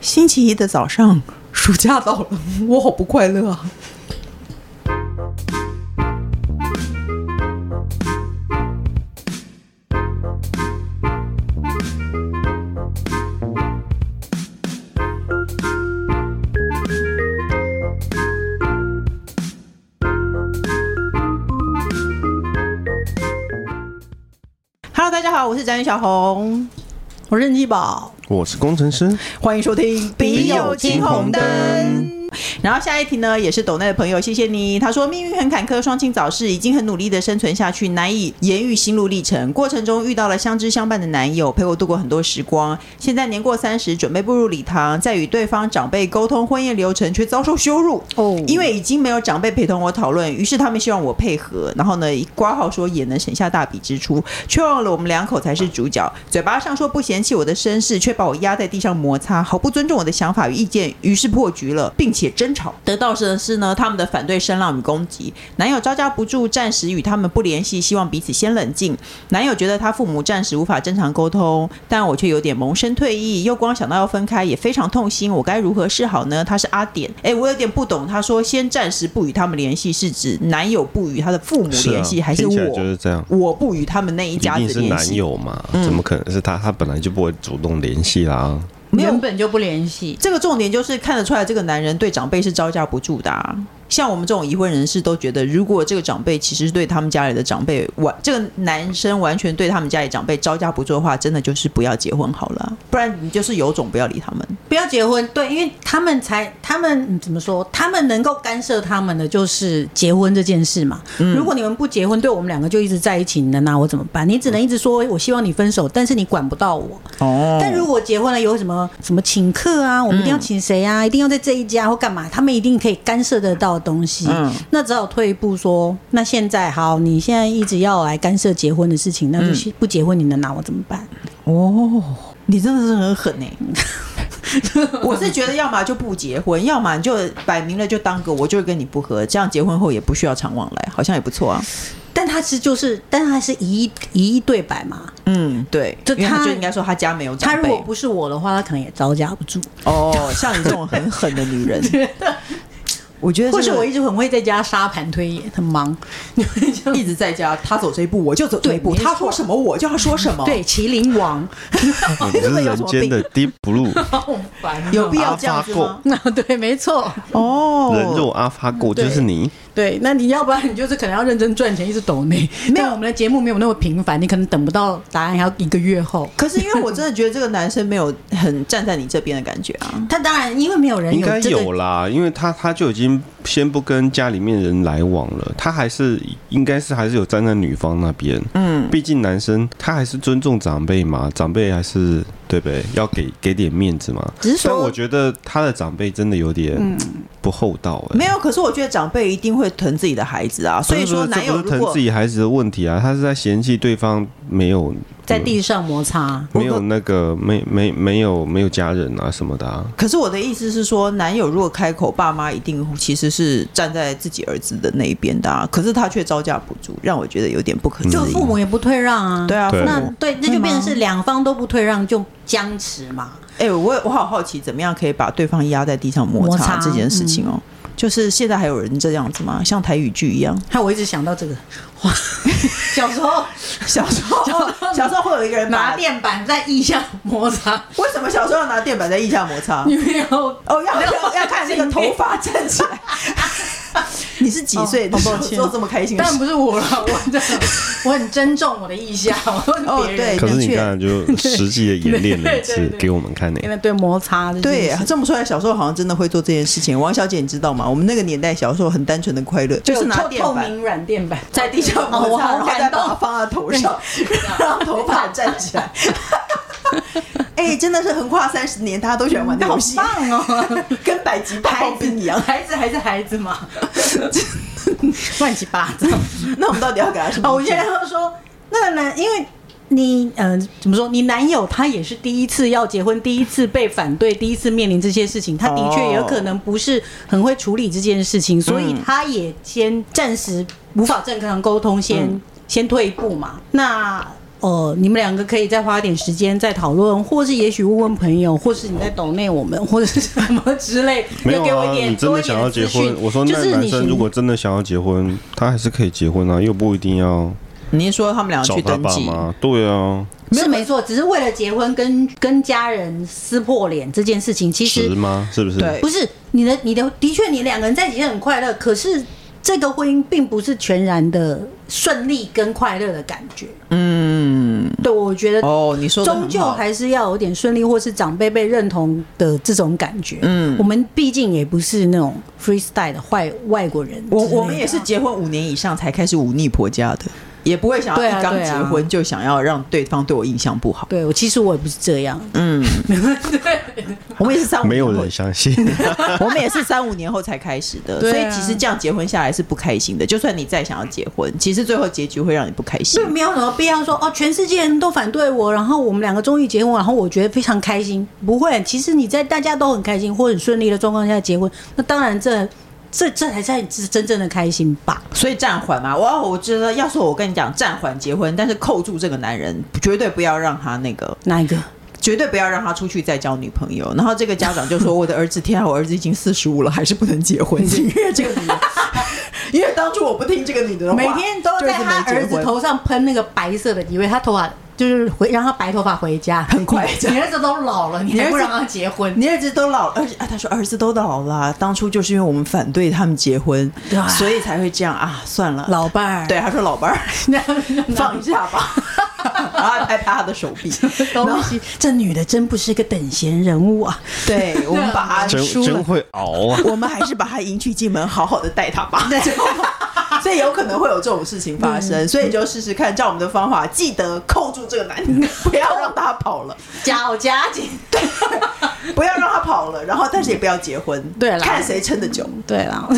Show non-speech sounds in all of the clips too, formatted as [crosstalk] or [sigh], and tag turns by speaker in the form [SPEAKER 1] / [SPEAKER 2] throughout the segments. [SPEAKER 1] 星期一的早上，暑假到了， [laughs] 我好不快乐啊！Hello，大家好，我是宅女小红，我是任基宝，
[SPEAKER 2] 我是工程师，
[SPEAKER 1] 欢迎收听《
[SPEAKER 2] 笔友青红灯》。
[SPEAKER 1] 然后下一题呢，也是抖内的朋友，谢谢你。他说命运很坎坷，双亲早逝，已经很努力的生存下去，难以言喻心路历程。过程中遇到了相知相伴的男友，陪我度过很多时光。现在年过三十，准备步入礼堂，在与对方长辈沟通婚宴流程，却遭受羞辱。
[SPEAKER 3] 哦
[SPEAKER 1] 因为已经没有长辈陪同我讨论，于是他们希望我配合。然后呢，挂号说也能省下大笔支出，却忘了我们两口才是主角。嘴巴上说不嫌弃我的身世，却把我压在地上摩擦，毫不尊重我的想法与意见，于是破局了，并且争吵。得到的是呢，他们的反对声浪与攻击。男友招架不住，暂时与他们不联系，希望彼此先冷静。男友觉得他父母暂时无法正常沟通，但我却有点萌生退意，又光想到要分开，也非常痛心。我该如何是好呢？他是阿典，哎、我有点不懂。他说先暂时不与他们联系，是指男友不与他的父母联系，
[SPEAKER 2] 啊
[SPEAKER 1] 还是
[SPEAKER 2] 听起来
[SPEAKER 1] 我？
[SPEAKER 2] 就是这样？
[SPEAKER 1] 我不与他们那一
[SPEAKER 2] 一
[SPEAKER 1] 家
[SPEAKER 2] 定
[SPEAKER 1] 子
[SPEAKER 2] 是
[SPEAKER 1] 联
[SPEAKER 2] 男
[SPEAKER 1] 系，嗯
[SPEAKER 2] 友嘛？怎么可能是他？他本来就不会主动联系啦。
[SPEAKER 1] 没有
[SPEAKER 3] 原本就不联系，
[SPEAKER 1] 这个重点就是看得出来，这个男人对长辈是招架不住的、啊。像我们这种已婚人士都觉得，如果这个长辈其实对他们家里的长辈完，这个男生完全对他们家里长辈招架不住的话，真的就是不要结婚好了啊、不然你就是有种不要理他们。
[SPEAKER 3] 不要结婚，对，因为他们才，他们嗯怎么说？他们能够干涉他们的就是结婚这件事嘛。如果你们不结婚，对我们两个就一直在一起，你能拿我怎么办？你只能一直说我希望你分手，但是你管不到我。
[SPEAKER 1] 哦
[SPEAKER 3] 但如果结婚了，有什么什么请客啊，我们一定要请谁啊，一定要在这一家或干嘛，他们一定可以干涉得到的东西。
[SPEAKER 1] 嗯
[SPEAKER 3] 那只好退一步说，那现在好，你现在一直要来干涉结婚的事情，那就是不结婚，你能拿我怎么办？
[SPEAKER 1] 哦，你真的是很狠
[SPEAKER 3] [laughs]
[SPEAKER 1] 呢、我是觉得，要么就不结婚，要么你就摆明了就当个我就是跟你不合，这样结婚后也不需要常往来，好像也不错啊。
[SPEAKER 3] 但他其实就是，但他是一一一一对百嘛。
[SPEAKER 1] 嗯，对，
[SPEAKER 3] 就
[SPEAKER 1] 因为他
[SPEAKER 3] 他
[SPEAKER 1] 就应该说他家没有长
[SPEAKER 3] 他
[SPEAKER 1] 辈。
[SPEAKER 3] 如果不是我的话，他可能也招架不住。
[SPEAKER 1] 哦，像你这种很狠的女 [laughs] 人，我觉得
[SPEAKER 3] 或
[SPEAKER 1] 这
[SPEAKER 3] 是
[SPEAKER 1] 个
[SPEAKER 3] 我一直很会在家沙盘推演，很 [laughs] 忙。
[SPEAKER 1] 一直在家，他走这一步我就走这一步，
[SPEAKER 3] 对没
[SPEAKER 1] 他说
[SPEAKER 3] 错
[SPEAKER 1] 什么我就要说什么，
[SPEAKER 3] 对，，麒麟王，
[SPEAKER 1] 哦
[SPEAKER 2] 你是人间的 Deep Blue，
[SPEAKER 3] 好烦哦、
[SPEAKER 1] 有必要这样子吗？
[SPEAKER 3] 那 [laughs] 对，没错，
[SPEAKER 1] 哦，
[SPEAKER 2] 人肉阿发狗就是你。
[SPEAKER 3] 对。那你要不然你就是可能要认真赚钱，一直抖内。没有，我们的节目没有那么频繁，你可能等不到答案，还要一个月后。
[SPEAKER 1] 可是因为我真的觉得这个男生没有很站在你这边的感觉 [laughs] 啊，
[SPEAKER 3] 他当然，因为没有人
[SPEAKER 2] 应
[SPEAKER 3] 有
[SPEAKER 2] 该
[SPEAKER 3] 这
[SPEAKER 2] 有
[SPEAKER 3] 个，
[SPEAKER 2] 啦，因为他他就已经先不跟家里面人来往了，他还是应该是还是有站在女方那边，
[SPEAKER 1] 嗯，
[SPEAKER 2] 毕竟男生他还是尊重长辈嘛，长辈还是对不对？要给给点面子嘛。
[SPEAKER 3] 只是
[SPEAKER 2] 但我
[SPEAKER 3] 说
[SPEAKER 2] 觉得他的长辈真的有点
[SPEAKER 1] 嗯
[SPEAKER 2] 不厚道、欸，
[SPEAKER 1] 没有。可是我觉得长辈一定会疼自己的孩子啊，所以
[SPEAKER 2] 不是不
[SPEAKER 1] 说
[SPEAKER 2] 是
[SPEAKER 1] 男
[SPEAKER 2] 这
[SPEAKER 1] 友
[SPEAKER 2] 不是
[SPEAKER 1] 如
[SPEAKER 2] 疼
[SPEAKER 1] 果
[SPEAKER 2] 自己孩子的问题啊，他是在嫌弃对方没有嗯
[SPEAKER 3] 在地上摩擦。
[SPEAKER 2] 没有那个没没没有没有家人啊什么的啊。
[SPEAKER 1] 可是我的意思是说，男友如果开口，爸妈一定其实是站在自己儿子的那一边的、啊，可是他却招架不住，让我觉得有点不可思议。
[SPEAKER 3] 就父母也不退让啊，
[SPEAKER 1] 对啊，父
[SPEAKER 2] 嗯对
[SPEAKER 3] 那
[SPEAKER 1] 母
[SPEAKER 3] 对，那就变成是两方都不退让，就僵持嘛。
[SPEAKER 1] 哎、我我好好奇，怎么样可以把对方压在地上摩
[SPEAKER 3] 摩
[SPEAKER 1] 擦
[SPEAKER 3] 擦嗯
[SPEAKER 1] 这件事情哦？就是现在还有人这样子吗？像台语剧一样，
[SPEAKER 3] 害我一直想到这个，哇！ [laughs] 小时候
[SPEAKER 1] 小时候小时候会有一个人
[SPEAKER 3] [laughs] 拿
[SPEAKER 1] 拿电，
[SPEAKER 3] 电板在腋下摩擦，
[SPEAKER 1] 为什么小时候要拿电板在腋下摩擦？
[SPEAKER 3] [laughs] 你没有？ [laughs]
[SPEAKER 1] 哦，要要要看那个头发站起来。你是几岁？
[SPEAKER 3] 哦
[SPEAKER 1] 的时候
[SPEAKER 3] 抱歉
[SPEAKER 1] 做这么开心的
[SPEAKER 3] 但
[SPEAKER 1] 事？
[SPEAKER 3] 不是 [laughs] 我了，我真的我很尊重我的腋下， [laughs] 我
[SPEAKER 1] 哦
[SPEAKER 3] 问别
[SPEAKER 1] 对
[SPEAKER 3] 人。
[SPEAKER 2] 可是你刚才就实际的演练了一
[SPEAKER 3] 对
[SPEAKER 2] 次
[SPEAKER 3] 对对
[SPEAKER 2] 给我们看呢、
[SPEAKER 3] 因为对摩擦的
[SPEAKER 1] 对，这么说来，小时候好像真的会做这件事情。王小姐，你知道吗？我们那个年代小时候很单纯的快乐，就是拿
[SPEAKER 3] 透
[SPEAKER 1] 电
[SPEAKER 3] 透
[SPEAKER 1] 板
[SPEAKER 3] 明软垫板
[SPEAKER 1] 在地 [laughs] 上
[SPEAKER 3] 哦
[SPEAKER 1] 摩
[SPEAKER 3] 我
[SPEAKER 1] 擦，
[SPEAKER 3] 好
[SPEAKER 1] 然后再
[SPEAKER 3] 感
[SPEAKER 1] 把它
[SPEAKER 3] [laughs] 动。
[SPEAKER 1] 放在头上，让头发站起
[SPEAKER 3] [laughs]
[SPEAKER 1] 来。哎、真的是横跨三十年，大家都喜欢玩这个游戏，
[SPEAKER 3] 棒哦！
[SPEAKER 1] [laughs] 跟百级
[SPEAKER 3] 孩
[SPEAKER 1] 排
[SPEAKER 3] 子
[SPEAKER 1] 兵一样。
[SPEAKER 3] 孩子还是孩子嘛， [laughs] 乱七八糟。
[SPEAKER 1] 那我们到底要给他
[SPEAKER 2] [laughs]
[SPEAKER 1] 什么？
[SPEAKER 3] 哦，我现在要说那个男，因为你嗯、呃怎么说？你男友他也是第一次要结婚，第一次被反对，第一次面临这些事情，他的确也有可能不是很会处理这件事情，所以他也
[SPEAKER 2] 嗯
[SPEAKER 3] 先暂时无法正常沟通，先、先退一步嘛。那呃，你们两个可以再花点时间再讨论，或是也许问问朋友，或是你在抖内我们，或者是什么之类，
[SPEAKER 2] 没有
[SPEAKER 3] 就给我
[SPEAKER 2] 啊，
[SPEAKER 3] 一点
[SPEAKER 2] 你真
[SPEAKER 3] 多
[SPEAKER 2] 的
[SPEAKER 3] 一
[SPEAKER 2] 想
[SPEAKER 3] 点
[SPEAKER 2] 要
[SPEAKER 3] 的
[SPEAKER 2] 结
[SPEAKER 3] 资讯
[SPEAKER 2] 婚，我说
[SPEAKER 3] 就
[SPEAKER 2] 那
[SPEAKER 3] 是
[SPEAKER 2] 男
[SPEAKER 3] 你
[SPEAKER 2] 生如果真的想要结婚，他还是可以结婚啊，又不一定要
[SPEAKER 1] 你是说他们两个
[SPEAKER 2] 找
[SPEAKER 1] 去
[SPEAKER 2] 他
[SPEAKER 1] 登
[SPEAKER 2] 爸
[SPEAKER 1] 记？
[SPEAKER 2] 妈。对啊，
[SPEAKER 3] 是没错，只是为了结婚跟跟家人撕破脸这件事情，其实
[SPEAKER 2] 值吗？是不是？
[SPEAKER 1] 对
[SPEAKER 3] 不是你的，你的的确，你两个人在一起是很快乐，可是这个婚姻并不是全然的顺利跟快乐的感觉。
[SPEAKER 1] 嗯，
[SPEAKER 3] 对，我觉得
[SPEAKER 1] 哦，你说的
[SPEAKER 3] 终究还是要有点顺利，或是长辈被认同的这种感觉。
[SPEAKER 1] 嗯
[SPEAKER 3] 我们毕竟也不是那种 freestyle 的坏外国人之类的，
[SPEAKER 1] 我我们也是结婚五年以上才开始忤逆婆家的，也不会想要
[SPEAKER 3] 对
[SPEAKER 1] 一
[SPEAKER 3] 啊
[SPEAKER 1] 刚
[SPEAKER 3] 对
[SPEAKER 1] 结
[SPEAKER 3] 啊
[SPEAKER 1] 婚就想要让对方对我印象不好。
[SPEAKER 3] 对我其实我也不是这样，
[SPEAKER 1] 嗯，我们也是三五
[SPEAKER 2] 没有
[SPEAKER 1] 年后
[SPEAKER 2] 人相信。 [laughs]
[SPEAKER 1] [laughs] 我们也是三五年后才开始的，
[SPEAKER 3] 对
[SPEAKER 1] 所以
[SPEAKER 3] 啊
[SPEAKER 1] 其实这样结婚下来是不开心的。就算你再想要结婚，其实最后结局会让你不开心
[SPEAKER 3] 就。没有什么必要说哦，全世界人都反对我，然后我们两个终于结婚，然后我觉得非常开心。不会，其实你在大家都很开心或很顺利的状况下结婚，那当然这这这才是真真正的开心吧。
[SPEAKER 1] 所以暂缓嘛，我我觉得要说，我跟你讲，暂缓结婚，但是扣住这个男人，绝对不要让他那个，
[SPEAKER 3] 哪一个？
[SPEAKER 1] 绝对不要让他出去再交女朋友。然后这个家长就说：“我的儿子，天啊，我儿子已经四十五了，还是不能结婚，
[SPEAKER 3] [laughs]
[SPEAKER 1] 因为这个女 [laughs] 的，因为当初我不听这个女的的话，
[SPEAKER 3] 每天都在他
[SPEAKER 1] 就是
[SPEAKER 3] 儿
[SPEAKER 1] 没结
[SPEAKER 3] 子
[SPEAKER 1] 婚
[SPEAKER 3] 头上喷那个白色的，以为他头发就是回让他白头发回家，
[SPEAKER 1] 很快
[SPEAKER 3] 你你儿子都老了，你
[SPEAKER 1] 你儿
[SPEAKER 3] 还
[SPEAKER 1] 子
[SPEAKER 3] 不让他结婚？
[SPEAKER 1] 呃你儿子都老，而且啊，他说儿子都老了，当初就是因为我们反对他们结婚
[SPEAKER 3] 对，
[SPEAKER 1] 所以才会这样啊。算了，
[SPEAKER 3] 老伴儿，
[SPEAKER 1] 对，他说老伴儿 [laughs] 放
[SPEAKER 3] 放
[SPEAKER 1] 下
[SPEAKER 3] [laughs]
[SPEAKER 1] 吧，然后还拍拍他的手臂。
[SPEAKER 3] 东西，这女的真不是个等闲人物啊！
[SPEAKER 1] 对我们把他
[SPEAKER 2] 真
[SPEAKER 1] 输
[SPEAKER 2] 真
[SPEAKER 1] 了，
[SPEAKER 2] 会熬啊！
[SPEAKER 1] 我们还是把他迎娶进门，好好的待他吧。 [laughs] 所以有可能会有这种事情发
[SPEAKER 3] 嗯
[SPEAKER 1] 生，所以你就试试看，照我们的方法，记得扣住这个男人，不要让他跑了，
[SPEAKER 3] 脚夹紧，对
[SPEAKER 1] 不要让他跑了，然后但是也不要结婚，
[SPEAKER 3] 对啦
[SPEAKER 1] 看谁撑得久。
[SPEAKER 3] 对啦，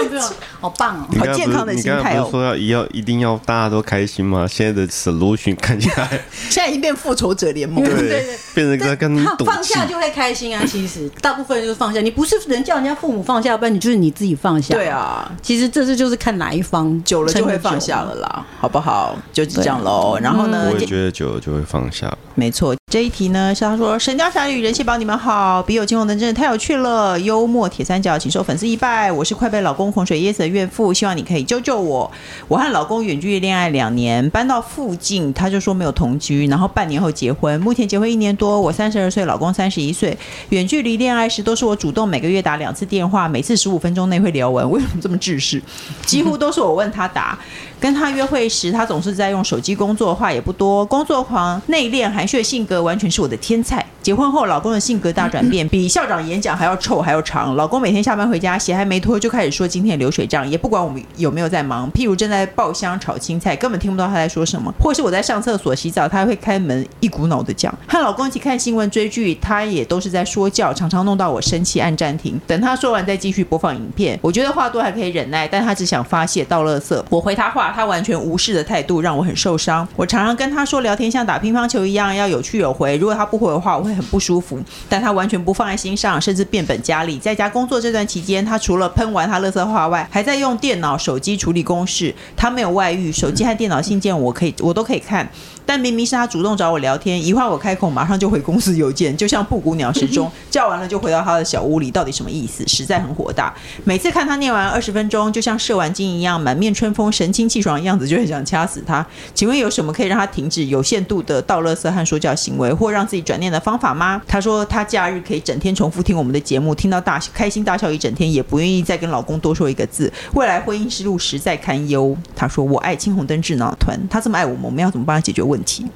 [SPEAKER 3] [laughs] 好棒哦！
[SPEAKER 2] 你刚才
[SPEAKER 1] 健
[SPEAKER 2] 不是
[SPEAKER 1] 康的
[SPEAKER 2] 你
[SPEAKER 1] 心
[SPEAKER 2] 刚
[SPEAKER 1] 态
[SPEAKER 2] 才
[SPEAKER 1] 哦
[SPEAKER 2] 不是说要一要一定要大家都开心吗？现在的 solution 看起来
[SPEAKER 1] 现在已经变复仇者联盟了。
[SPEAKER 3] 对
[SPEAKER 2] 对
[SPEAKER 3] 对，
[SPEAKER 2] [laughs] 变成在跟你
[SPEAKER 3] 他
[SPEAKER 2] 赌
[SPEAKER 3] 放
[SPEAKER 2] 气。
[SPEAKER 3] 下就会开心啊。其实大部分就是放下，你不是能叫人家父母放下，不然你就是你自己放下。
[SPEAKER 1] 对，啊，
[SPEAKER 3] 其实这是就是看哪一方
[SPEAKER 1] 久了就会
[SPEAKER 3] 撑得
[SPEAKER 1] 放下了啦，好不好？就是这样喽。然后呢
[SPEAKER 2] 我，也
[SPEAKER 1] 这
[SPEAKER 2] 觉得久了就会放下。
[SPEAKER 1] 没错，这一题呢是他说《神雕侠侣》人气宝你们好，笔友金融的真的太有趣了，幽默铁三角，请受粉丝一拜。我是快被老公洪水噎死的怨妇，希望你可以救救我。我和老公远距离恋爱两年，搬到附近，他就说没有同居，然后半年后结婚，目前结婚一年多，我三十二岁，老公三十一岁。远距离恋爱时都是我主动每个月打两次电话，每次十五分钟内会聊完，为什么这么制式？几乎都是我问他答。跟他约会时，他总是在用手机工作，话也不多，工作狂、内敛、含蓄的性格完全是我的天菜。结婚后，老公的性格大转变，比校长演讲还要臭还要长。老公每天下班回家，鞋还没脱就开始说今天的流水账，也不管我们有没有在忙。譬如正在爆香炒青菜，根本听不到他在说什么；或是我在上厕所洗澡，他会开门一股脑的讲。和老公一起看新闻追剧，他也都是在说教，常常弄到我生气按暂停。等他说完再继续播放影片。我觉得话多还可以忍耐，但他只想发泄倒垃圾。我回他话，他完全无视的态度让我很受伤。我常常跟他说聊天像打乒乓球一样，要有去有回。如果他不回的话，我会很不舒服。但他完全不放在心上，甚至变本加厉。在家工作这段期间，他除了喷完他垃圾话外，还在用电脑、手机处理公事。他没有外遇，手机和电脑信件我可以我都可以看。但明明是他主动找我聊天，一换我开口，马上就回公司邮件，就像布谷鸟时钟，叫完了就回到他的小屋里，到底什么意思？实在很火大。每次看他念完二十分钟，就像射完精一样，满面春风、神清气爽的样子，就很想掐死他。请问有什么可以让他停止有限度的倒垃圾和说教行为，或让自己转念的方法吗？她说她假日可以整天重复听我们的节目，听到大开心大笑一整天，也不愿意再跟老公多说一个字。未来婚姻之路实在堪忧。她说我爱青红灯智囊团，她这么爱我们，我们要怎么帮她解决问题？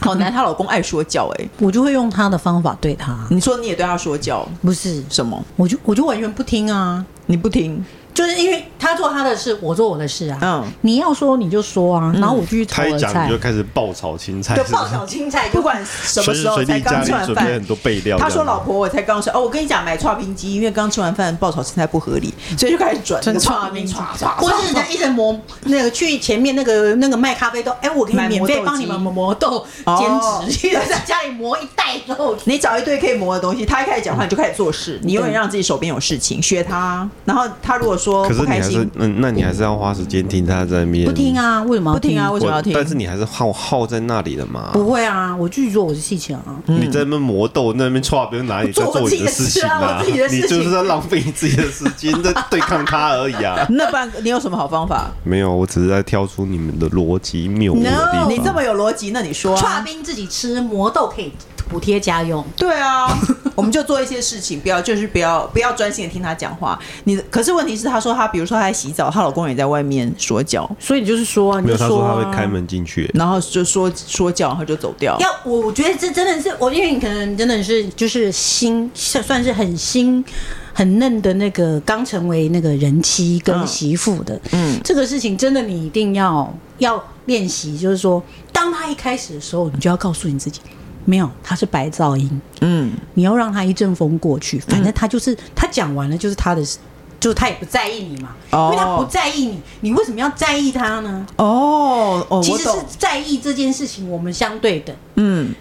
[SPEAKER 1] 好难，她老公爱说教哎、
[SPEAKER 3] 我就会用他的方法对他，
[SPEAKER 1] 你说你也对她说教
[SPEAKER 3] 不是，
[SPEAKER 1] 什么？
[SPEAKER 3] 我就我就完全不听啊，
[SPEAKER 1] 你不听，
[SPEAKER 3] 就是因为他做他的事，我做我的事啊。
[SPEAKER 1] 嗯，
[SPEAKER 3] 你要说你就说啊，然后我继续炒
[SPEAKER 2] 他
[SPEAKER 3] 我
[SPEAKER 2] 一
[SPEAKER 3] 的
[SPEAKER 2] 讲
[SPEAKER 3] 菜
[SPEAKER 2] 你就。开始爆炒青菜，
[SPEAKER 3] 就是
[SPEAKER 2] 不
[SPEAKER 3] 爆
[SPEAKER 2] 是
[SPEAKER 3] 炒青菜，
[SPEAKER 1] 不管什么
[SPEAKER 2] 随时
[SPEAKER 1] 时候
[SPEAKER 2] 随
[SPEAKER 1] 才
[SPEAKER 2] 地家
[SPEAKER 1] 刚
[SPEAKER 2] 里
[SPEAKER 1] 吃完
[SPEAKER 2] 准备
[SPEAKER 1] 饭
[SPEAKER 2] 很。多备料这
[SPEAKER 1] 他
[SPEAKER 2] 样子。
[SPEAKER 1] 说：“老婆，我才刚吃哦，我跟你讲，买串冰机，因为刚吃完饭爆炒青菜不合理，所以就开始转那个
[SPEAKER 3] 炒
[SPEAKER 1] 刨冰
[SPEAKER 3] 炒
[SPEAKER 1] 唰唰
[SPEAKER 3] 嗯或是人家一直磨那个去前面那个那个卖咖啡豆，哎、我可以
[SPEAKER 1] 买
[SPEAKER 3] 免
[SPEAKER 1] 磨
[SPEAKER 3] 费
[SPEAKER 1] 豆
[SPEAKER 3] 帮
[SPEAKER 1] 机
[SPEAKER 3] 你们磨豆
[SPEAKER 1] 哦
[SPEAKER 3] 兼职，在家里磨一袋豆。
[SPEAKER 1] 你找一
[SPEAKER 3] 嗯
[SPEAKER 1] 堆可以磨的东西，他一开始讲话你就开始做事，你永远让自己手边有事情，学他。然后他如果说
[SPEAKER 2] [laughs] 可是
[SPEAKER 1] 不
[SPEAKER 2] 你
[SPEAKER 1] 开
[SPEAKER 2] 还是
[SPEAKER 1] 心，
[SPEAKER 2] 嗯，那你还是要花时间听他在那边
[SPEAKER 3] [laughs] 不听，啊？为什么要
[SPEAKER 1] 不听啊？？为什么要听？
[SPEAKER 2] 但是你还是耗耗在那里了嘛？
[SPEAKER 3] 不会啊，我拒绝我是戏情啊。
[SPEAKER 2] 你在那边磨豆，那边错，别人拿你在
[SPEAKER 1] 嗯做我
[SPEAKER 2] 做
[SPEAKER 1] 自
[SPEAKER 2] 你
[SPEAKER 1] 己的
[SPEAKER 2] 事
[SPEAKER 1] 事
[SPEAKER 2] 情
[SPEAKER 1] 啊我自己的
[SPEAKER 2] 你
[SPEAKER 1] 事
[SPEAKER 2] 就
[SPEAKER 1] 情
[SPEAKER 2] 是在浪费你自己的时间
[SPEAKER 1] [laughs]
[SPEAKER 2] 在对抗他而已啊。
[SPEAKER 1] 那半你有什么好方法？
[SPEAKER 2] [laughs] 没有，我只是在挑出你们的逻辑谬误的地
[SPEAKER 3] No，
[SPEAKER 2] 方。
[SPEAKER 1] 你这么有逻辑，那你说、
[SPEAKER 3] 刨
[SPEAKER 1] 啊？
[SPEAKER 3] 冰自己吃，磨豆可以补贴家用。
[SPEAKER 1] 对啊， [laughs] 我们就做一些事情，不要就是不要不要专心的听他讲话。你可是问题是，她说她比如说她在洗澡，她老公也在外面说教，
[SPEAKER 3] 所以你就是说啊，你
[SPEAKER 2] 没
[SPEAKER 3] 就
[SPEAKER 2] 有，他
[SPEAKER 3] 说
[SPEAKER 2] 说
[SPEAKER 3] 啊
[SPEAKER 2] 他会开门进去，
[SPEAKER 1] 然后就说说教，然后就走掉。
[SPEAKER 3] 要我，我觉得这真的是我，因为你可能真的是就是新，算算是很新、很嫩的那个刚成为那个人妻跟媳妇的，嗯，这个事情真的你一定要要练习，就是说，当他一开始的时候，你就要告诉你自己，没有，他是白噪音，
[SPEAKER 1] 嗯，
[SPEAKER 3] 你要让他一阵风过去，反正他就是、他讲完了就是他的事，就是他也不在意你嘛，
[SPEAKER 1] 哦
[SPEAKER 3] 因为他不在意你，你为什么要在意他呢？
[SPEAKER 1] 哦哦，
[SPEAKER 3] 其
[SPEAKER 1] 我
[SPEAKER 3] 实是
[SPEAKER 1] 懂。
[SPEAKER 3] 在意这件事情，我们相对等。
[SPEAKER 1] 嗯，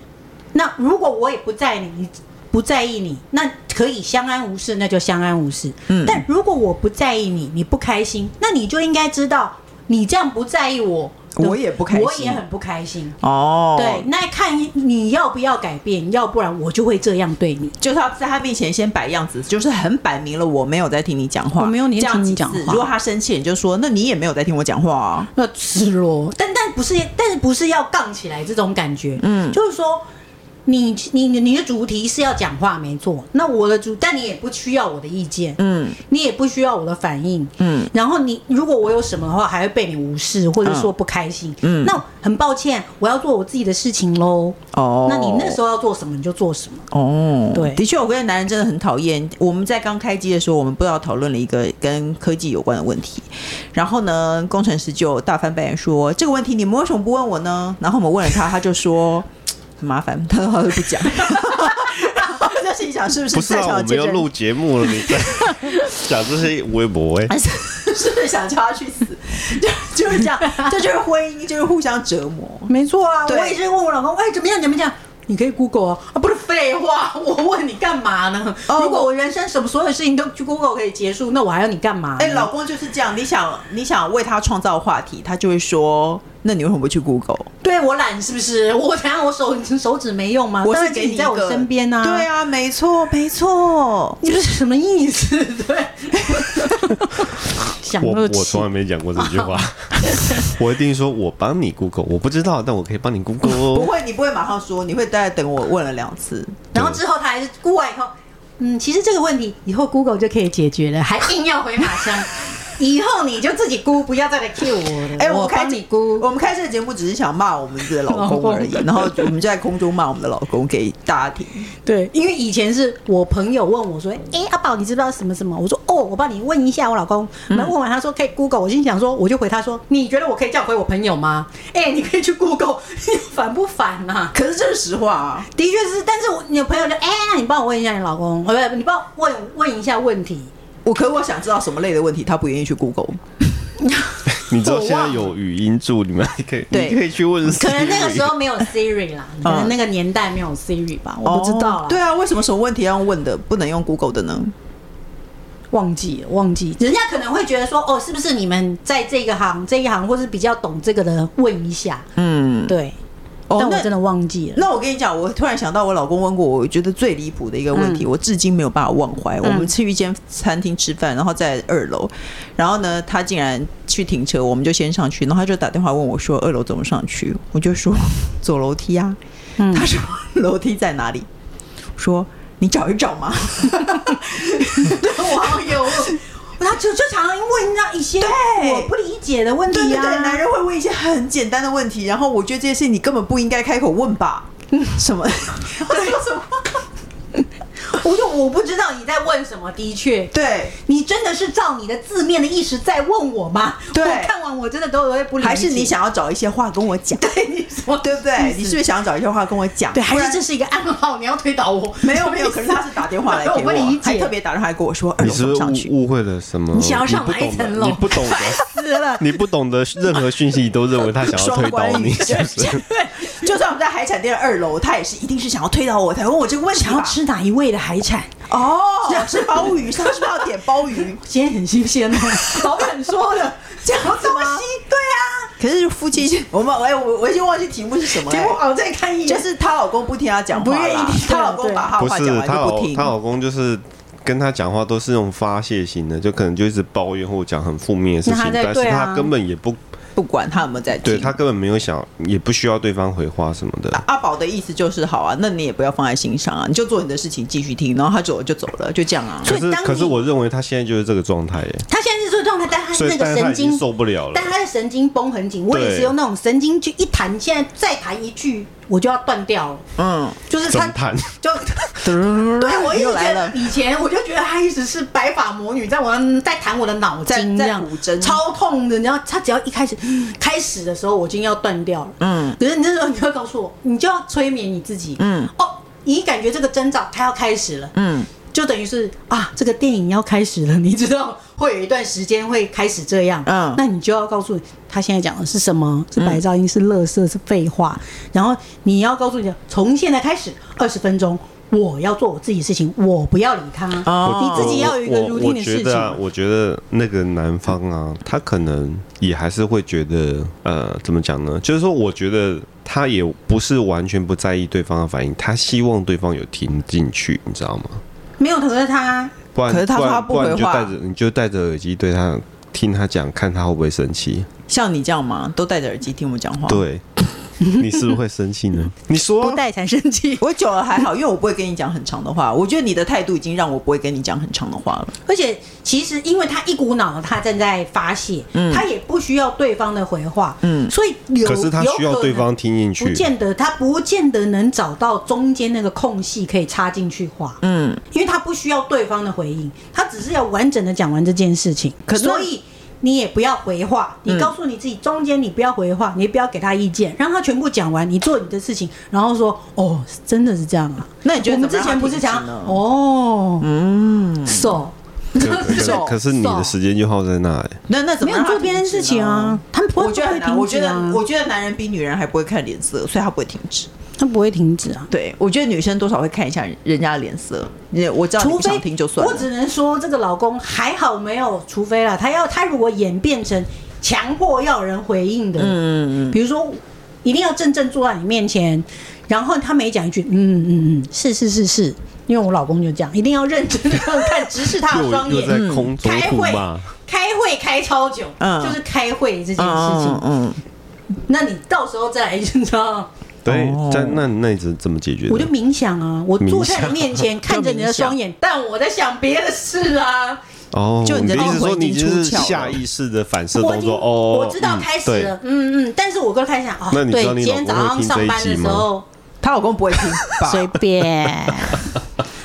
[SPEAKER 3] 那如果我也不在你，你不在意你，那可以相安无事，那就相安无事。
[SPEAKER 1] 嗯
[SPEAKER 3] 但如果我不在意你，你不开心，那你就应该知道，你这样不在意我，
[SPEAKER 1] 我也不开心
[SPEAKER 3] 我也很不开心。
[SPEAKER 1] 哦，
[SPEAKER 3] 对，，那看你要不要改变，要不然我就会这样对你。
[SPEAKER 1] 就是他在他面前先摆样子，就是很摆明了我没有在听你讲话，
[SPEAKER 3] 我没有你
[SPEAKER 1] 这样
[SPEAKER 3] 听你
[SPEAKER 1] 几
[SPEAKER 3] 讲
[SPEAKER 1] 次
[SPEAKER 3] 话
[SPEAKER 1] 如果他生气，你就说那你也没有在听我讲话啊。
[SPEAKER 3] 那赤裸，但但不是，但是不是要杠起来这种感觉？嗯，就是说，你你你的主题是要讲话没错，那我的主，但你也不需要我的意见，
[SPEAKER 1] 嗯
[SPEAKER 3] 你也不需要我的反应，
[SPEAKER 1] 嗯，
[SPEAKER 3] 然后你如果我有什么的话，还会被你无视或者说不开心，嗯，那很抱歉，我要做我自己的事情喽。
[SPEAKER 1] 哦，
[SPEAKER 3] 那你那时
[SPEAKER 1] 候
[SPEAKER 3] 候要做什么你就做什么，
[SPEAKER 1] 哦，
[SPEAKER 3] 对
[SPEAKER 1] 的确，我跟男人真的很讨厌。我们在刚开机的时候，我们不知道讨论了一个跟科技有关的问题，然后呢，工程师就大翻白眼说：“这个问题你们为什么不问我呢？”然后我们问了他，他就说。很麻烦，他说他都不讲，然后我就心想是不是
[SPEAKER 2] 不是
[SPEAKER 1] 在
[SPEAKER 2] 啊？
[SPEAKER 1] 场有
[SPEAKER 2] 我们
[SPEAKER 1] 见
[SPEAKER 2] 要
[SPEAKER 1] 证人
[SPEAKER 2] 录节目了，你在讲这些微博哎，
[SPEAKER 1] 还是 [laughs] 是不是想叫他去死？就就是这样，这就是婚姻，就是互相折磨。
[SPEAKER 3] 没错啊
[SPEAKER 1] 对
[SPEAKER 3] 我也是问我老公，哎，怎么样怎么样？你可以 Google 啊，啊不是废话，我问你干嘛呢？
[SPEAKER 1] 哦
[SPEAKER 3] 如果我人生什么所有事情都去 Google 可以结束，那我还要你干嘛呢？
[SPEAKER 1] 哎、老公就是这样，你想你想为他创造话题，他就会说：“那你为什么不去 Google？”
[SPEAKER 3] 对我懒是不是？我等下我手手指没用吗？
[SPEAKER 1] 我
[SPEAKER 3] 当
[SPEAKER 1] 是
[SPEAKER 3] 然
[SPEAKER 1] 啊给
[SPEAKER 3] 你在
[SPEAKER 1] 一
[SPEAKER 3] 我
[SPEAKER 1] 个
[SPEAKER 3] 身边啊。
[SPEAKER 1] 对，啊，没错，没错。
[SPEAKER 3] 你这是什么意思？ [laughs] 对，想
[SPEAKER 2] 我
[SPEAKER 3] 不
[SPEAKER 2] 我
[SPEAKER 3] 起
[SPEAKER 2] 从。来没讲过这句
[SPEAKER 3] [laughs]
[SPEAKER 2] 话，我一定说我帮你 Google，我不知道，但我可以帮你 Google
[SPEAKER 3] [laughs]
[SPEAKER 1] 不
[SPEAKER 2] 哦。
[SPEAKER 1] 会，你不会马上说，你会大概等我问了两次。
[SPEAKER 3] 然后之后他还是估完以后，嗯，其实这个问题以后 Google 就可以解决了， [laughs] 还硬要回马枪。以后你就自己估，不要再来 cue 我了。
[SPEAKER 1] 哎、我们
[SPEAKER 3] 我
[SPEAKER 1] 开
[SPEAKER 3] 帮
[SPEAKER 1] 这
[SPEAKER 3] 你估。
[SPEAKER 1] 我们开这个节目只是想骂我们自己的老
[SPEAKER 3] 老
[SPEAKER 1] 公
[SPEAKER 3] 公 [laughs]
[SPEAKER 1] 而已，然后我们就在空中骂我们的老公给大家听。
[SPEAKER 3] 对，因为以前是我朋友问我说：“哎、阿宝，你知不知道什么什么？”我说：“哦，我帮你问一下我老公。”
[SPEAKER 1] 嗯
[SPEAKER 3] 然后问完他说：“可以 Google。”我心想说：“我就回他说，你觉得我可以这样回我朋友吗？”哎、你可以去 Google，你烦不烦呐、
[SPEAKER 1] 可是这是实话啊，
[SPEAKER 3] 的确是，但是我你的朋友就哎、那你帮我问一下你老公，不不，你帮我问问一下问题。
[SPEAKER 1] 我可我想知道什么类的问题，他不愿意去 Google。
[SPEAKER 2] 你知道现在有语音助，你们还可以，
[SPEAKER 1] 对
[SPEAKER 2] 你可以去问。
[SPEAKER 3] 可能那个时候没有 Siri 嗯啦，可能那个年代没有 Siri 吧，我不知道
[SPEAKER 1] 哦。
[SPEAKER 3] 啦
[SPEAKER 1] 对啊，为什么什么问题要问的，不能用 Google 的呢？
[SPEAKER 3] 忘记了，忘记，人家可能会觉得说，哦，是不是你们在这个行这一行，或是比较懂这个的，问一下。
[SPEAKER 1] 嗯，
[SPEAKER 3] 对，
[SPEAKER 1] 哦
[SPEAKER 3] 但我
[SPEAKER 1] 那
[SPEAKER 3] 真的忘记了。
[SPEAKER 1] 那我跟你讲，我突然想到，我老公问过我，我觉得最离谱的一个问题，我至今没有办法忘怀。我们去一间餐厅吃饭，然后在二楼，然后呢，他竟然去停车，我们就先上去，然后他就打电话问我说：“二楼怎么上去？”我就说：“走楼梯啊。”
[SPEAKER 3] 嗯
[SPEAKER 1] 他说：“楼梯在哪里？”我说：“你找一找嘛。
[SPEAKER 3] 我好 [laughs] 有，他就就常常问那一些
[SPEAKER 1] 对
[SPEAKER 3] 我不理解的问
[SPEAKER 1] [laughs] 对
[SPEAKER 3] 题
[SPEAKER 1] 对
[SPEAKER 3] 啊。
[SPEAKER 1] 对， [laughs] 男人会问一些很简单的问题，然后我觉得这些事情你根本不应该开口问吧？什么？ [laughs] 我说什么？
[SPEAKER 3] 我就我不知道你在问什么，的确。
[SPEAKER 1] 对。
[SPEAKER 3] 你真的是照你的字面的意思在问我吗？
[SPEAKER 1] 对
[SPEAKER 3] 我看完我真的都有点不理解。
[SPEAKER 1] 还是你想要找一些话跟我讲， [laughs] 对，
[SPEAKER 3] 你说
[SPEAKER 1] 对不对？你是不是想要找一些话跟我讲？
[SPEAKER 3] 对，还
[SPEAKER 1] 不然
[SPEAKER 3] 是这是一个暗号，你要推导 [laughs] 我？
[SPEAKER 1] [laughs] 没有没有，可是他是打电话来给
[SPEAKER 3] 我不理解
[SPEAKER 1] 还特别打电话来跟我说，二
[SPEAKER 2] 你
[SPEAKER 1] 楼
[SPEAKER 2] 是
[SPEAKER 1] 怎么上
[SPEAKER 2] 不是
[SPEAKER 1] 去？
[SPEAKER 2] 误误会了什么？
[SPEAKER 3] 你想要上
[SPEAKER 2] 你不
[SPEAKER 3] 哪一
[SPEAKER 2] 懂的
[SPEAKER 3] 层楼
[SPEAKER 2] 你不懂的，
[SPEAKER 3] 死了。
[SPEAKER 2] 你不懂的任何讯息，你都认为他想要
[SPEAKER 1] 双
[SPEAKER 2] 推
[SPEAKER 1] 关
[SPEAKER 2] 倒
[SPEAKER 1] 语，
[SPEAKER 3] [laughs]
[SPEAKER 2] 你，是不是？
[SPEAKER 1] [laughs] 对，就算我们在海产店的二楼，他也是一定是想要推倒我才问我这个问题吧
[SPEAKER 3] [laughs] 想要吃哪一位的海产？
[SPEAKER 1] 哦，是鲍鱼，他是不是要点鲍 [laughs] 鱼？
[SPEAKER 3] 今天很新鲜哦，老板说的，
[SPEAKER 1] 讲东西，对啊。可是夫妻，我们哎，我我已经忘记题目是什么
[SPEAKER 3] 结
[SPEAKER 1] 了
[SPEAKER 3] 果。我再看一眼，
[SPEAKER 1] 就是她老公不听她讲话
[SPEAKER 3] 不愿意
[SPEAKER 1] 啦
[SPEAKER 3] 听
[SPEAKER 1] 她老公把她
[SPEAKER 2] 不
[SPEAKER 1] 话
[SPEAKER 2] 是
[SPEAKER 1] 讲完
[SPEAKER 2] 她
[SPEAKER 1] 就
[SPEAKER 2] 老
[SPEAKER 1] 不听
[SPEAKER 2] 她。老公就是跟她讲话都是那种发泄型的，就可能就一直抱怨或讲很负面的事
[SPEAKER 3] 那
[SPEAKER 2] 情，
[SPEAKER 3] 她在
[SPEAKER 2] 但是
[SPEAKER 3] 对啊
[SPEAKER 2] 她根本也不
[SPEAKER 1] 不管他有没有在
[SPEAKER 2] 对
[SPEAKER 1] 听。
[SPEAKER 2] 她根本没有想，也不需要对方回话什么的。
[SPEAKER 1] 阿宝的意思就是好啊，那你也不要放在心上啊，你就做你的事情继续听，然后他走了就走了，就这样啊。
[SPEAKER 2] 可
[SPEAKER 3] 所以
[SPEAKER 2] 是
[SPEAKER 3] 当你
[SPEAKER 2] 可是我认为她现在就是这个状态耶，
[SPEAKER 3] 他现在是这个状态，但他
[SPEAKER 2] 所
[SPEAKER 3] 那
[SPEAKER 2] 以
[SPEAKER 3] 个
[SPEAKER 2] 但是她
[SPEAKER 3] 神
[SPEAKER 2] 已经
[SPEAKER 3] 经，
[SPEAKER 2] 受不了了
[SPEAKER 3] 但。他的神经绷很紧。我也
[SPEAKER 2] 对
[SPEAKER 3] 是用那种神经去一弹，现在再弹一句，我就要断掉了。
[SPEAKER 1] 嗯，
[SPEAKER 3] 就是
[SPEAKER 2] 怎
[SPEAKER 3] 他
[SPEAKER 2] 么谈？
[SPEAKER 3] 就，对我一直
[SPEAKER 1] 又来
[SPEAKER 3] 觉
[SPEAKER 1] 了
[SPEAKER 3] 得以前我就觉得他一直是白发魔女在玩，在弹我的脑筋
[SPEAKER 1] 在
[SPEAKER 3] 这
[SPEAKER 1] 在
[SPEAKER 3] 样
[SPEAKER 1] 古筝
[SPEAKER 3] 超痛的。然后他只要一开始开始的时候，我已经要断掉了。
[SPEAKER 1] 嗯，
[SPEAKER 3] 可是你这时候你要告诉我，你就要催眠你自己。
[SPEAKER 1] 嗯，
[SPEAKER 3] 哦，你感觉这个征兆它要开始了。
[SPEAKER 1] 嗯，
[SPEAKER 3] 就等于是啊，这个电影要开始了，你知道会有一段时间会开始这样，
[SPEAKER 1] 嗯
[SPEAKER 3] 那你就要告诉他现在讲的是什么，是白噪音，是垃圾，是废话，然后你要告诉你，从现在开始二十分钟，我要做我自己的事情，我不要理他，
[SPEAKER 1] 哦
[SPEAKER 3] 你自己要有一个
[SPEAKER 2] 我我
[SPEAKER 3] routine 的
[SPEAKER 2] 觉
[SPEAKER 3] 事
[SPEAKER 2] 得啊，
[SPEAKER 3] 情。
[SPEAKER 2] 我觉得那个男方啊，他可能也还是会觉得，呃，怎么讲呢？就是说，我觉得他也不是完全不在意对方的反应，他希望对方有听进去，你知道吗？
[SPEAKER 3] 没有，可是他
[SPEAKER 2] 不然，
[SPEAKER 1] 可是他说他不
[SPEAKER 2] 不然
[SPEAKER 1] 回
[SPEAKER 2] 不
[SPEAKER 1] 话
[SPEAKER 2] 然你就戴着你就戴着耳机对他听他讲，看他会不会生气。
[SPEAKER 1] 像你这样吗？都戴着耳机听我讲话。，
[SPEAKER 2] 对，你是不是会生气呢？你说
[SPEAKER 3] 不
[SPEAKER 2] 啊，
[SPEAKER 3] 带才生
[SPEAKER 1] [laughs]
[SPEAKER 3] 气，
[SPEAKER 1] 我久了还好，因为我不会跟你讲很长的话。我觉得你的态度已经让我不会跟你讲很长的话了。
[SPEAKER 3] 而且其实因为他一股脑他正在发泄，他也不需要对方的回话，
[SPEAKER 1] 嗯
[SPEAKER 3] 所以有
[SPEAKER 2] 可是他需要
[SPEAKER 3] 有可能
[SPEAKER 2] 对方听进
[SPEAKER 3] 不
[SPEAKER 2] 去。
[SPEAKER 3] 见得，他不见得能找到中间那个空隙可以插进去话，
[SPEAKER 1] 嗯，
[SPEAKER 3] 因为他不需要对方的回应，他只是要完整的讲完这件事情。
[SPEAKER 1] 可是嗯
[SPEAKER 3] 所以你也不要回话，你告诉你自己，中间你不要回话，你不要给他意见，让他全部讲完，你做你的事情，然后说哦，真的是这样啊。
[SPEAKER 1] 那你觉得
[SPEAKER 3] 我们
[SPEAKER 1] 怎么
[SPEAKER 3] 之前
[SPEAKER 1] 样
[SPEAKER 3] 不是讲
[SPEAKER 1] 平衡呢
[SPEAKER 3] 哦，嗯，so，
[SPEAKER 2] 可可可是你的时间就耗在那里。
[SPEAKER 1] 那那怎么
[SPEAKER 3] 没有
[SPEAKER 1] 让他
[SPEAKER 3] 做别人
[SPEAKER 1] 停止
[SPEAKER 3] 事情啊
[SPEAKER 1] 呢？
[SPEAKER 3] 他们不会
[SPEAKER 1] 我觉得很难，
[SPEAKER 3] 不
[SPEAKER 1] 我
[SPEAKER 3] 会
[SPEAKER 1] 觉
[SPEAKER 3] 停止啊
[SPEAKER 1] 得我觉得男人比女人还不会看脸色，所以他不会停止。
[SPEAKER 3] 他不会停止啊。
[SPEAKER 1] 对，我觉得女生多少会看一下人家的脸色。也我知道你
[SPEAKER 3] 除
[SPEAKER 1] 不
[SPEAKER 3] 非
[SPEAKER 1] 想听就算了。
[SPEAKER 3] 我只能说这个老公还好没有，除非啦，他要他如果演变成强迫要人回应的，嗯嗯嗯，比如说一定要正正坐在你面前，然后他每讲一句，嗯嗯嗯，是是是是，因为我老公就这样，一定要认真的看，直视他
[SPEAKER 1] [laughs]
[SPEAKER 3] 的
[SPEAKER 2] 又
[SPEAKER 3] 双
[SPEAKER 2] 又在
[SPEAKER 3] 眼。
[SPEAKER 2] 空中
[SPEAKER 3] 开
[SPEAKER 2] 呼
[SPEAKER 3] 会
[SPEAKER 2] 嘛。
[SPEAKER 3] 开会开超久，
[SPEAKER 1] 嗯
[SPEAKER 3] 就是开会这件事情
[SPEAKER 1] 嗯。嗯
[SPEAKER 3] 那你到时候再来，你知道？
[SPEAKER 2] 对
[SPEAKER 1] 哦，
[SPEAKER 2] 但那那你怎怎么解决的？
[SPEAKER 3] 我就冥想啊，我坐
[SPEAKER 2] 冥
[SPEAKER 3] 在
[SPEAKER 2] 想
[SPEAKER 3] 你
[SPEAKER 1] [laughs]
[SPEAKER 3] 面前看着你的双眼，但我在想别的事啊。
[SPEAKER 2] 哦，
[SPEAKER 1] 就你
[SPEAKER 2] 你
[SPEAKER 1] 的
[SPEAKER 2] 的意思
[SPEAKER 1] 脑
[SPEAKER 2] 说
[SPEAKER 1] 回已
[SPEAKER 2] 你
[SPEAKER 1] 经
[SPEAKER 2] 就是
[SPEAKER 1] 出窍了
[SPEAKER 2] 下意识的反射
[SPEAKER 3] 我
[SPEAKER 2] 动
[SPEAKER 3] 已经
[SPEAKER 2] 作哦，
[SPEAKER 3] 我知道
[SPEAKER 2] 嗯
[SPEAKER 3] 开始
[SPEAKER 2] 对
[SPEAKER 3] 了，嗯嗯，但是我刚开始想，哦，
[SPEAKER 2] 那你知
[SPEAKER 3] 对
[SPEAKER 2] 道，你
[SPEAKER 3] 今天
[SPEAKER 2] 老
[SPEAKER 3] 早
[SPEAKER 2] 公
[SPEAKER 3] 上
[SPEAKER 2] 会听这
[SPEAKER 3] 上
[SPEAKER 2] 一
[SPEAKER 3] 班的
[SPEAKER 2] 集
[SPEAKER 3] 时
[SPEAKER 2] 吗
[SPEAKER 3] 候
[SPEAKER 1] 她老公不会听吧？
[SPEAKER 3] 随便，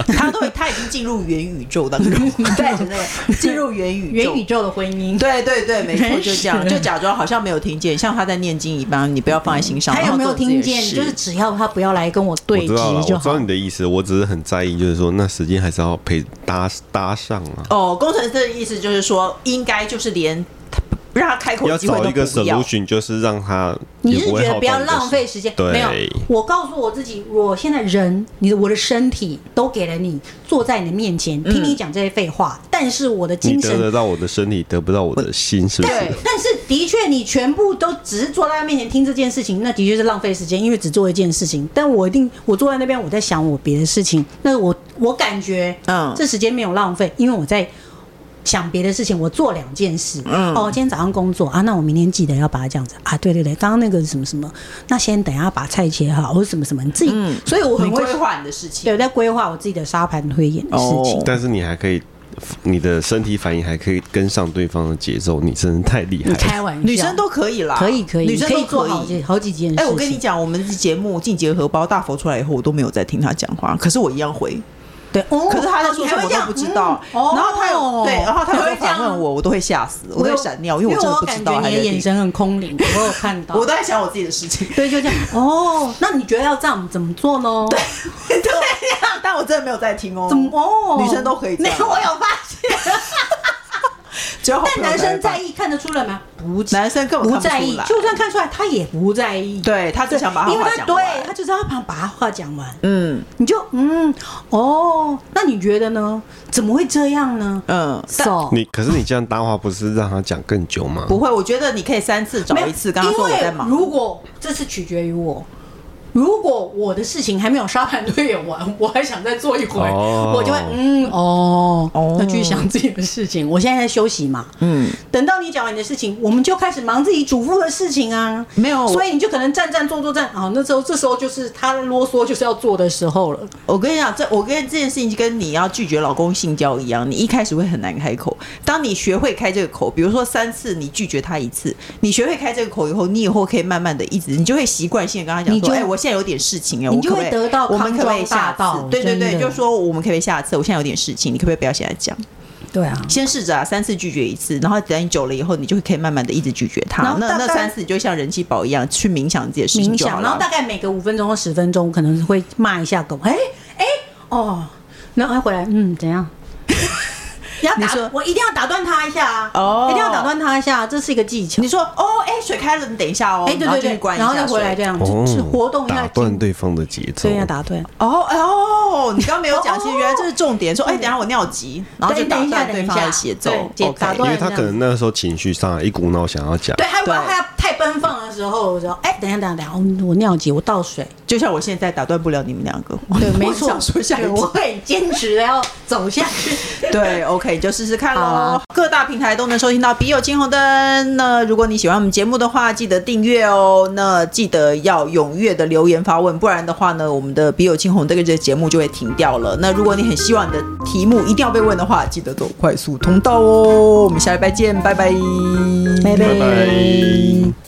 [SPEAKER 1] 他都他已经进入元宇宙当
[SPEAKER 3] [laughs]
[SPEAKER 1] 中，带着那个进入元宇宙
[SPEAKER 3] [laughs] 元宇。宙的婚姻，
[SPEAKER 1] 对对对，没错，
[SPEAKER 3] 真
[SPEAKER 1] 就是这样，就假装好像没有听见，像他在念经一般，你不要放在心上。
[SPEAKER 3] 他有没有听见？
[SPEAKER 1] 然后做自
[SPEAKER 3] 就是
[SPEAKER 1] 己的事
[SPEAKER 3] 只要他不要来跟我
[SPEAKER 2] 我
[SPEAKER 3] 对
[SPEAKER 2] 知道了，我
[SPEAKER 3] 峙就
[SPEAKER 2] 知
[SPEAKER 3] 好
[SPEAKER 2] 道。你的意思，我只是很在意，就是说那时间还是要陪搭搭上啊，
[SPEAKER 1] 哦，工程师的意思就是说，应该就是连他让他开口的
[SPEAKER 2] 要
[SPEAKER 1] 机会
[SPEAKER 2] 找
[SPEAKER 1] 都
[SPEAKER 2] 一个
[SPEAKER 1] 不要。
[SPEAKER 2] solution，就是让他
[SPEAKER 3] 你
[SPEAKER 2] 也
[SPEAKER 3] 是
[SPEAKER 2] 不
[SPEAKER 3] 觉
[SPEAKER 2] 会
[SPEAKER 3] 得
[SPEAKER 2] 耗
[SPEAKER 3] 不要
[SPEAKER 2] 到你的
[SPEAKER 3] 浪费时间？
[SPEAKER 2] 对
[SPEAKER 3] 没有，我告诉我自己，我现在人，你的我的身体都给了你，坐在你的面前，听你讲这些废话，但是我的
[SPEAKER 2] 嗯你
[SPEAKER 3] 精
[SPEAKER 2] 得
[SPEAKER 3] 神
[SPEAKER 2] 得到我的身体，得不到我的心，是不是？
[SPEAKER 1] 对
[SPEAKER 3] 但是的确，你全部都只是坐在他面前听这件事情，那的确是浪费时间，因为只做一件事情。但我一定，我坐在那边，我在想我别的事情。那我我感觉，
[SPEAKER 1] 嗯
[SPEAKER 3] 这时间没有浪费，因为我在想别的事情，我做两件事。
[SPEAKER 1] 嗯
[SPEAKER 3] 哦，今天早上工作啊，那我明天记得要把它这样子啊。对对对，刚刚那个什么什么，那先等一下把菜切好，或者什么什么，你自己。所以我
[SPEAKER 1] 嗯你
[SPEAKER 3] 很会
[SPEAKER 1] 规，划你的事情
[SPEAKER 3] 对，我在规划我自己的沙盘推演的事情。
[SPEAKER 1] 哦
[SPEAKER 2] 但是你还可以，你的身体反应还可以跟上对方的节奏，你真的太厉害
[SPEAKER 3] 你
[SPEAKER 2] 了。
[SPEAKER 3] 开玩笑，
[SPEAKER 1] 女生都可以啦，
[SPEAKER 3] 可以可以，
[SPEAKER 1] 女生
[SPEAKER 3] 可
[SPEAKER 1] 都
[SPEAKER 3] 以做
[SPEAKER 1] 可
[SPEAKER 3] 好
[SPEAKER 1] 以
[SPEAKER 3] 几。好几件事情。
[SPEAKER 1] 哎、我跟你讲，我们节目《进结荷包》大佛出来以后，我都没有再听他讲话，可是我一样回。
[SPEAKER 3] 对，哦
[SPEAKER 1] 可是他在说什么我都不知道。
[SPEAKER 3] 你还会这样嗯哦
[SPEAKER 1] 然后他有对，然后他有在
[SPEAKER 3] 你会这样
[SPEAKER 1] 反问我，我都会吓死，我都会闪尿，因为我真的不知道
[SPEAKER 3] 因为我感觉
[SPEAKER 1] 还在
[SPEAKER 3] 你的眼
[SPEAKER 1] 听。
[SPEAKER 3] 神啊很空灵，我有看到。
[SPEAKER 1] [laughs] 我都在想我自己的事情，
[SPEAKER 3] 对，就这样。哦，那你觉得要这样怎么做呢？ [laughs] 对，
[SPEAKER 1] 对呀、但我真的没有在听哦。
[SPEAKER 3] 怎么？哦
[SPEAKER 1] 女生都可以这
[SPEAKER 3] 那
[SPEAKER 1] 样
[SPEAKER 3] 我有发现，
[SPEAKER 1] 只有好
[SPEAKER 3] 但
[SPEAKER 1] 朋友
[SPEAKER 3] 男
[SPEAKER 1] 才会
[SPEAKER 3] 生
[SPEAKER 1] 办
[SPEAKER 3] 在意看得出来吗？不，
[SPEAKER 1] 男生根本
[SPEAKER 3] 不
[SPEAKER 1] 看
[SPEAKER 3] 在
[SPEAKER 1] 不
[SPEAKER 3] 意
[SPEAKER 1] 出来，
[SPEAKER 3] 就算看出来，他也不在意。
[SPEAKER 1] 对他只想把他
[SPEAKER 3] 因为
[SPEAKER 1] 话
[SPEAKER 3] 他
[SPEAKER 1] 讲
[SPEAKER 3] 对
[SPEAKER 1] 完
[SPEAKER 3] 他就是要把把他话讲完，
[SPEAKER 1] 嗯
[SPEAKER 3] 你就嗯哦，那你觉得呢？怎么会这样呢？
[SPEAKER 1] 嗯，
[SPEAKER 3] 手
[SPEAKER 2] 你可是你这样搭话，不是让他讲更久吗？
[SPEAKER 1] 不会，我觉得你可以三次找
[SPEAKER 3] 没有
[SPEAKER 1] 一次，跟他说我
[SPEAKER 3] 因为
[SPEAKER 1] 在忙。
[SPEAKER 3] 如果这是取决于我，如果我的事情还没有沙盘推演完，我还想再做一回，
[SPEAKER 2] 哦
[SPEAKER 3] 我就会嗯哦
[SPEAKER 1] 哦
[SPEAKER 3] 那继续想自己的事情。我现在在休息嘛，
[SPEAKER 1] 嗯，
[SPEAKER 3] 等到你讲完你的事情，我们就开始忙自己主妇的事情啊。
[SPEAKER 1] 没有
[SPEAKER 3] 所以你就可能站站坐坐站啊、哦那时候这时候就是他啰嗦就是要做的时候了。
[SPEAKER 1] 我跟你讲，这我跟这件事情就跟你要拒绝老公性交一样，你一开始会很难开口。当你学会开这个口，比如说三次你拒绝他一次，你学会开这个口以后，你以后可以慢慢的一直，你就会习惯性地跟他讲
[SPEAKER 3] 你
[SPEAKER 1] 说，
[SPEAKER 3] 就
[SPEAKER 1] 哎、我现在有点事情哎，我
[SPEAKER 3] 你
[SPEAKER 1] 可
[SPEAKER 3] 就
[SPEAKER 1] 不
[SPEAKER 3] 会
[SPEAKER 1] 可以
[SPEAKER 3] 得到
[SPEAKER 1] 我们可不可以
[SPEAKER 3] 康庄大
[SPEAKER 1] 下
[SPEAKER 3] 道
[SPEAKER 1] 次？对对对，
[SPEAKER 3] 真的
[SPEAKER 1] 就说我们可不可以下次？我现在有点事情，你可不可以不要现在讲？
[SPEAKER 3] 对啊，
[SPEAKER 1] 先试着啊，三次拒绝一次，然后等你久了以后，你就可以慢慢的一直拒绝他
[SPEAKER 3] 然。后
[SPEAKER 1] 那
[SPEAKER 3] 大
[SPEAKER 1] 那
[SPEAKER 3] 概
[SPEAKER 1] 三次你就像人气宝一样去冥想自己的事情
[SPEAKER 3] 冥
[SPEAKER 1] 就好
[SPEAKER 3] 想，然后
[SPEAKER 1] 了
[SPEAKER 3] 大。概每隔五分钟或十分钟，可能会骂一下狗，哎、哎、哦，然后他回来，嗯，怎样？ [laughs] 要
[SPEAKER 1] 你
[SPEAKER 3] 打
[SPEAKER 1] 说，
[SPEAKER 3] 我一定要打断他一下啊！
[SPEAKER 1] 哦
[SPEAKER 3] 一定要打断他一下，啊这是一个技巧
[SPEAKER 1] 你。说哦，哎、水开了，你等一下哦，
[SPEAKER 3] 哎、对
[SPEAKER 1] 然后
[SPEAKER 3] 对
[SPEAKER 1] 进去
[SPEAKER 3] 对，
[SPEAKER 1] 关一
[SPEAKER 3] 然后
[SPEAKER 1] 下
[SPEAKER 3] 就回
[SPEAKER 1] 水
[SPEAKER 3] 来这样，
[SPEAKER 2] 哦
[SPEAKER 3] 啊就是活动一下
[SPEAKER 2] 打
[SPEAKER 3] 筋
[SPEAKER 2] 断，对方的节奏。
[SPEAKER 3] 对，要打断。
[SPEAKER 1] 哦哎哦，你刚刚没有讲，
[SPEAKER 3] 哦
[SPEAKER 1] 其实原来这是重点。说，哎，等一下我尿急，然后就
[SPEAKER 3] 对哦嗯等
[SPEAKER 1] 打
[SPEAKER 3] 一下
[SPEAKER 1] 断对方
[SPEAKER 3] 等
[SPEAKER 1] 的
[SPEAKER 3] 一下
[SPEAKER 1] 节奏
[SPEAKER 3] 对
[SPEAKER 1] ，OK，
[SPEAKER 3] 打断
[SPEAKER 2] 因为他可能那时候情绪上来，一股脑想要讲
[SPEAKER 3] 对，，还有
[SPEAKER 1] 对
[SPEAKER 3] 还有太奔放的时候，我说，哎、等一下，等一下，等一下，我我尿急，我倒水。
[SPEAKER 1] 就像我现在打断不了你们两个，
[SPEAKER 3] 对，没
[SPEAKER 1] 我
[SPEAKER 3] 错
[SPEAKER 1] 想说，下一
[SPEAKER 3] 对我
[SPEAKER 1] 题，
[SPEAKER 3] 会坚持的要走下去。
[SPEAKER 1] [laughs] 对，OK，就试试看
[SPEAKER 3] 好
[SPEAKER 1] 喽
[SPEAKER 3] 啊。
[SPEAKER 1] 各大平台都能收听到《笔友青红灯》。那如果你喜欢我们节目的话，记得订阅哦。那记得要踊跃的留言发问，不然的话呢，我们的《笔友青红灯》这个节目就会停掉了。那如果你很希望你的题目一定要被问的话，记得走快速通道哦。我们下礼拜见，拜拜，
[SPEAKER 3] 拜
[SPEAKER 2] 拜拜。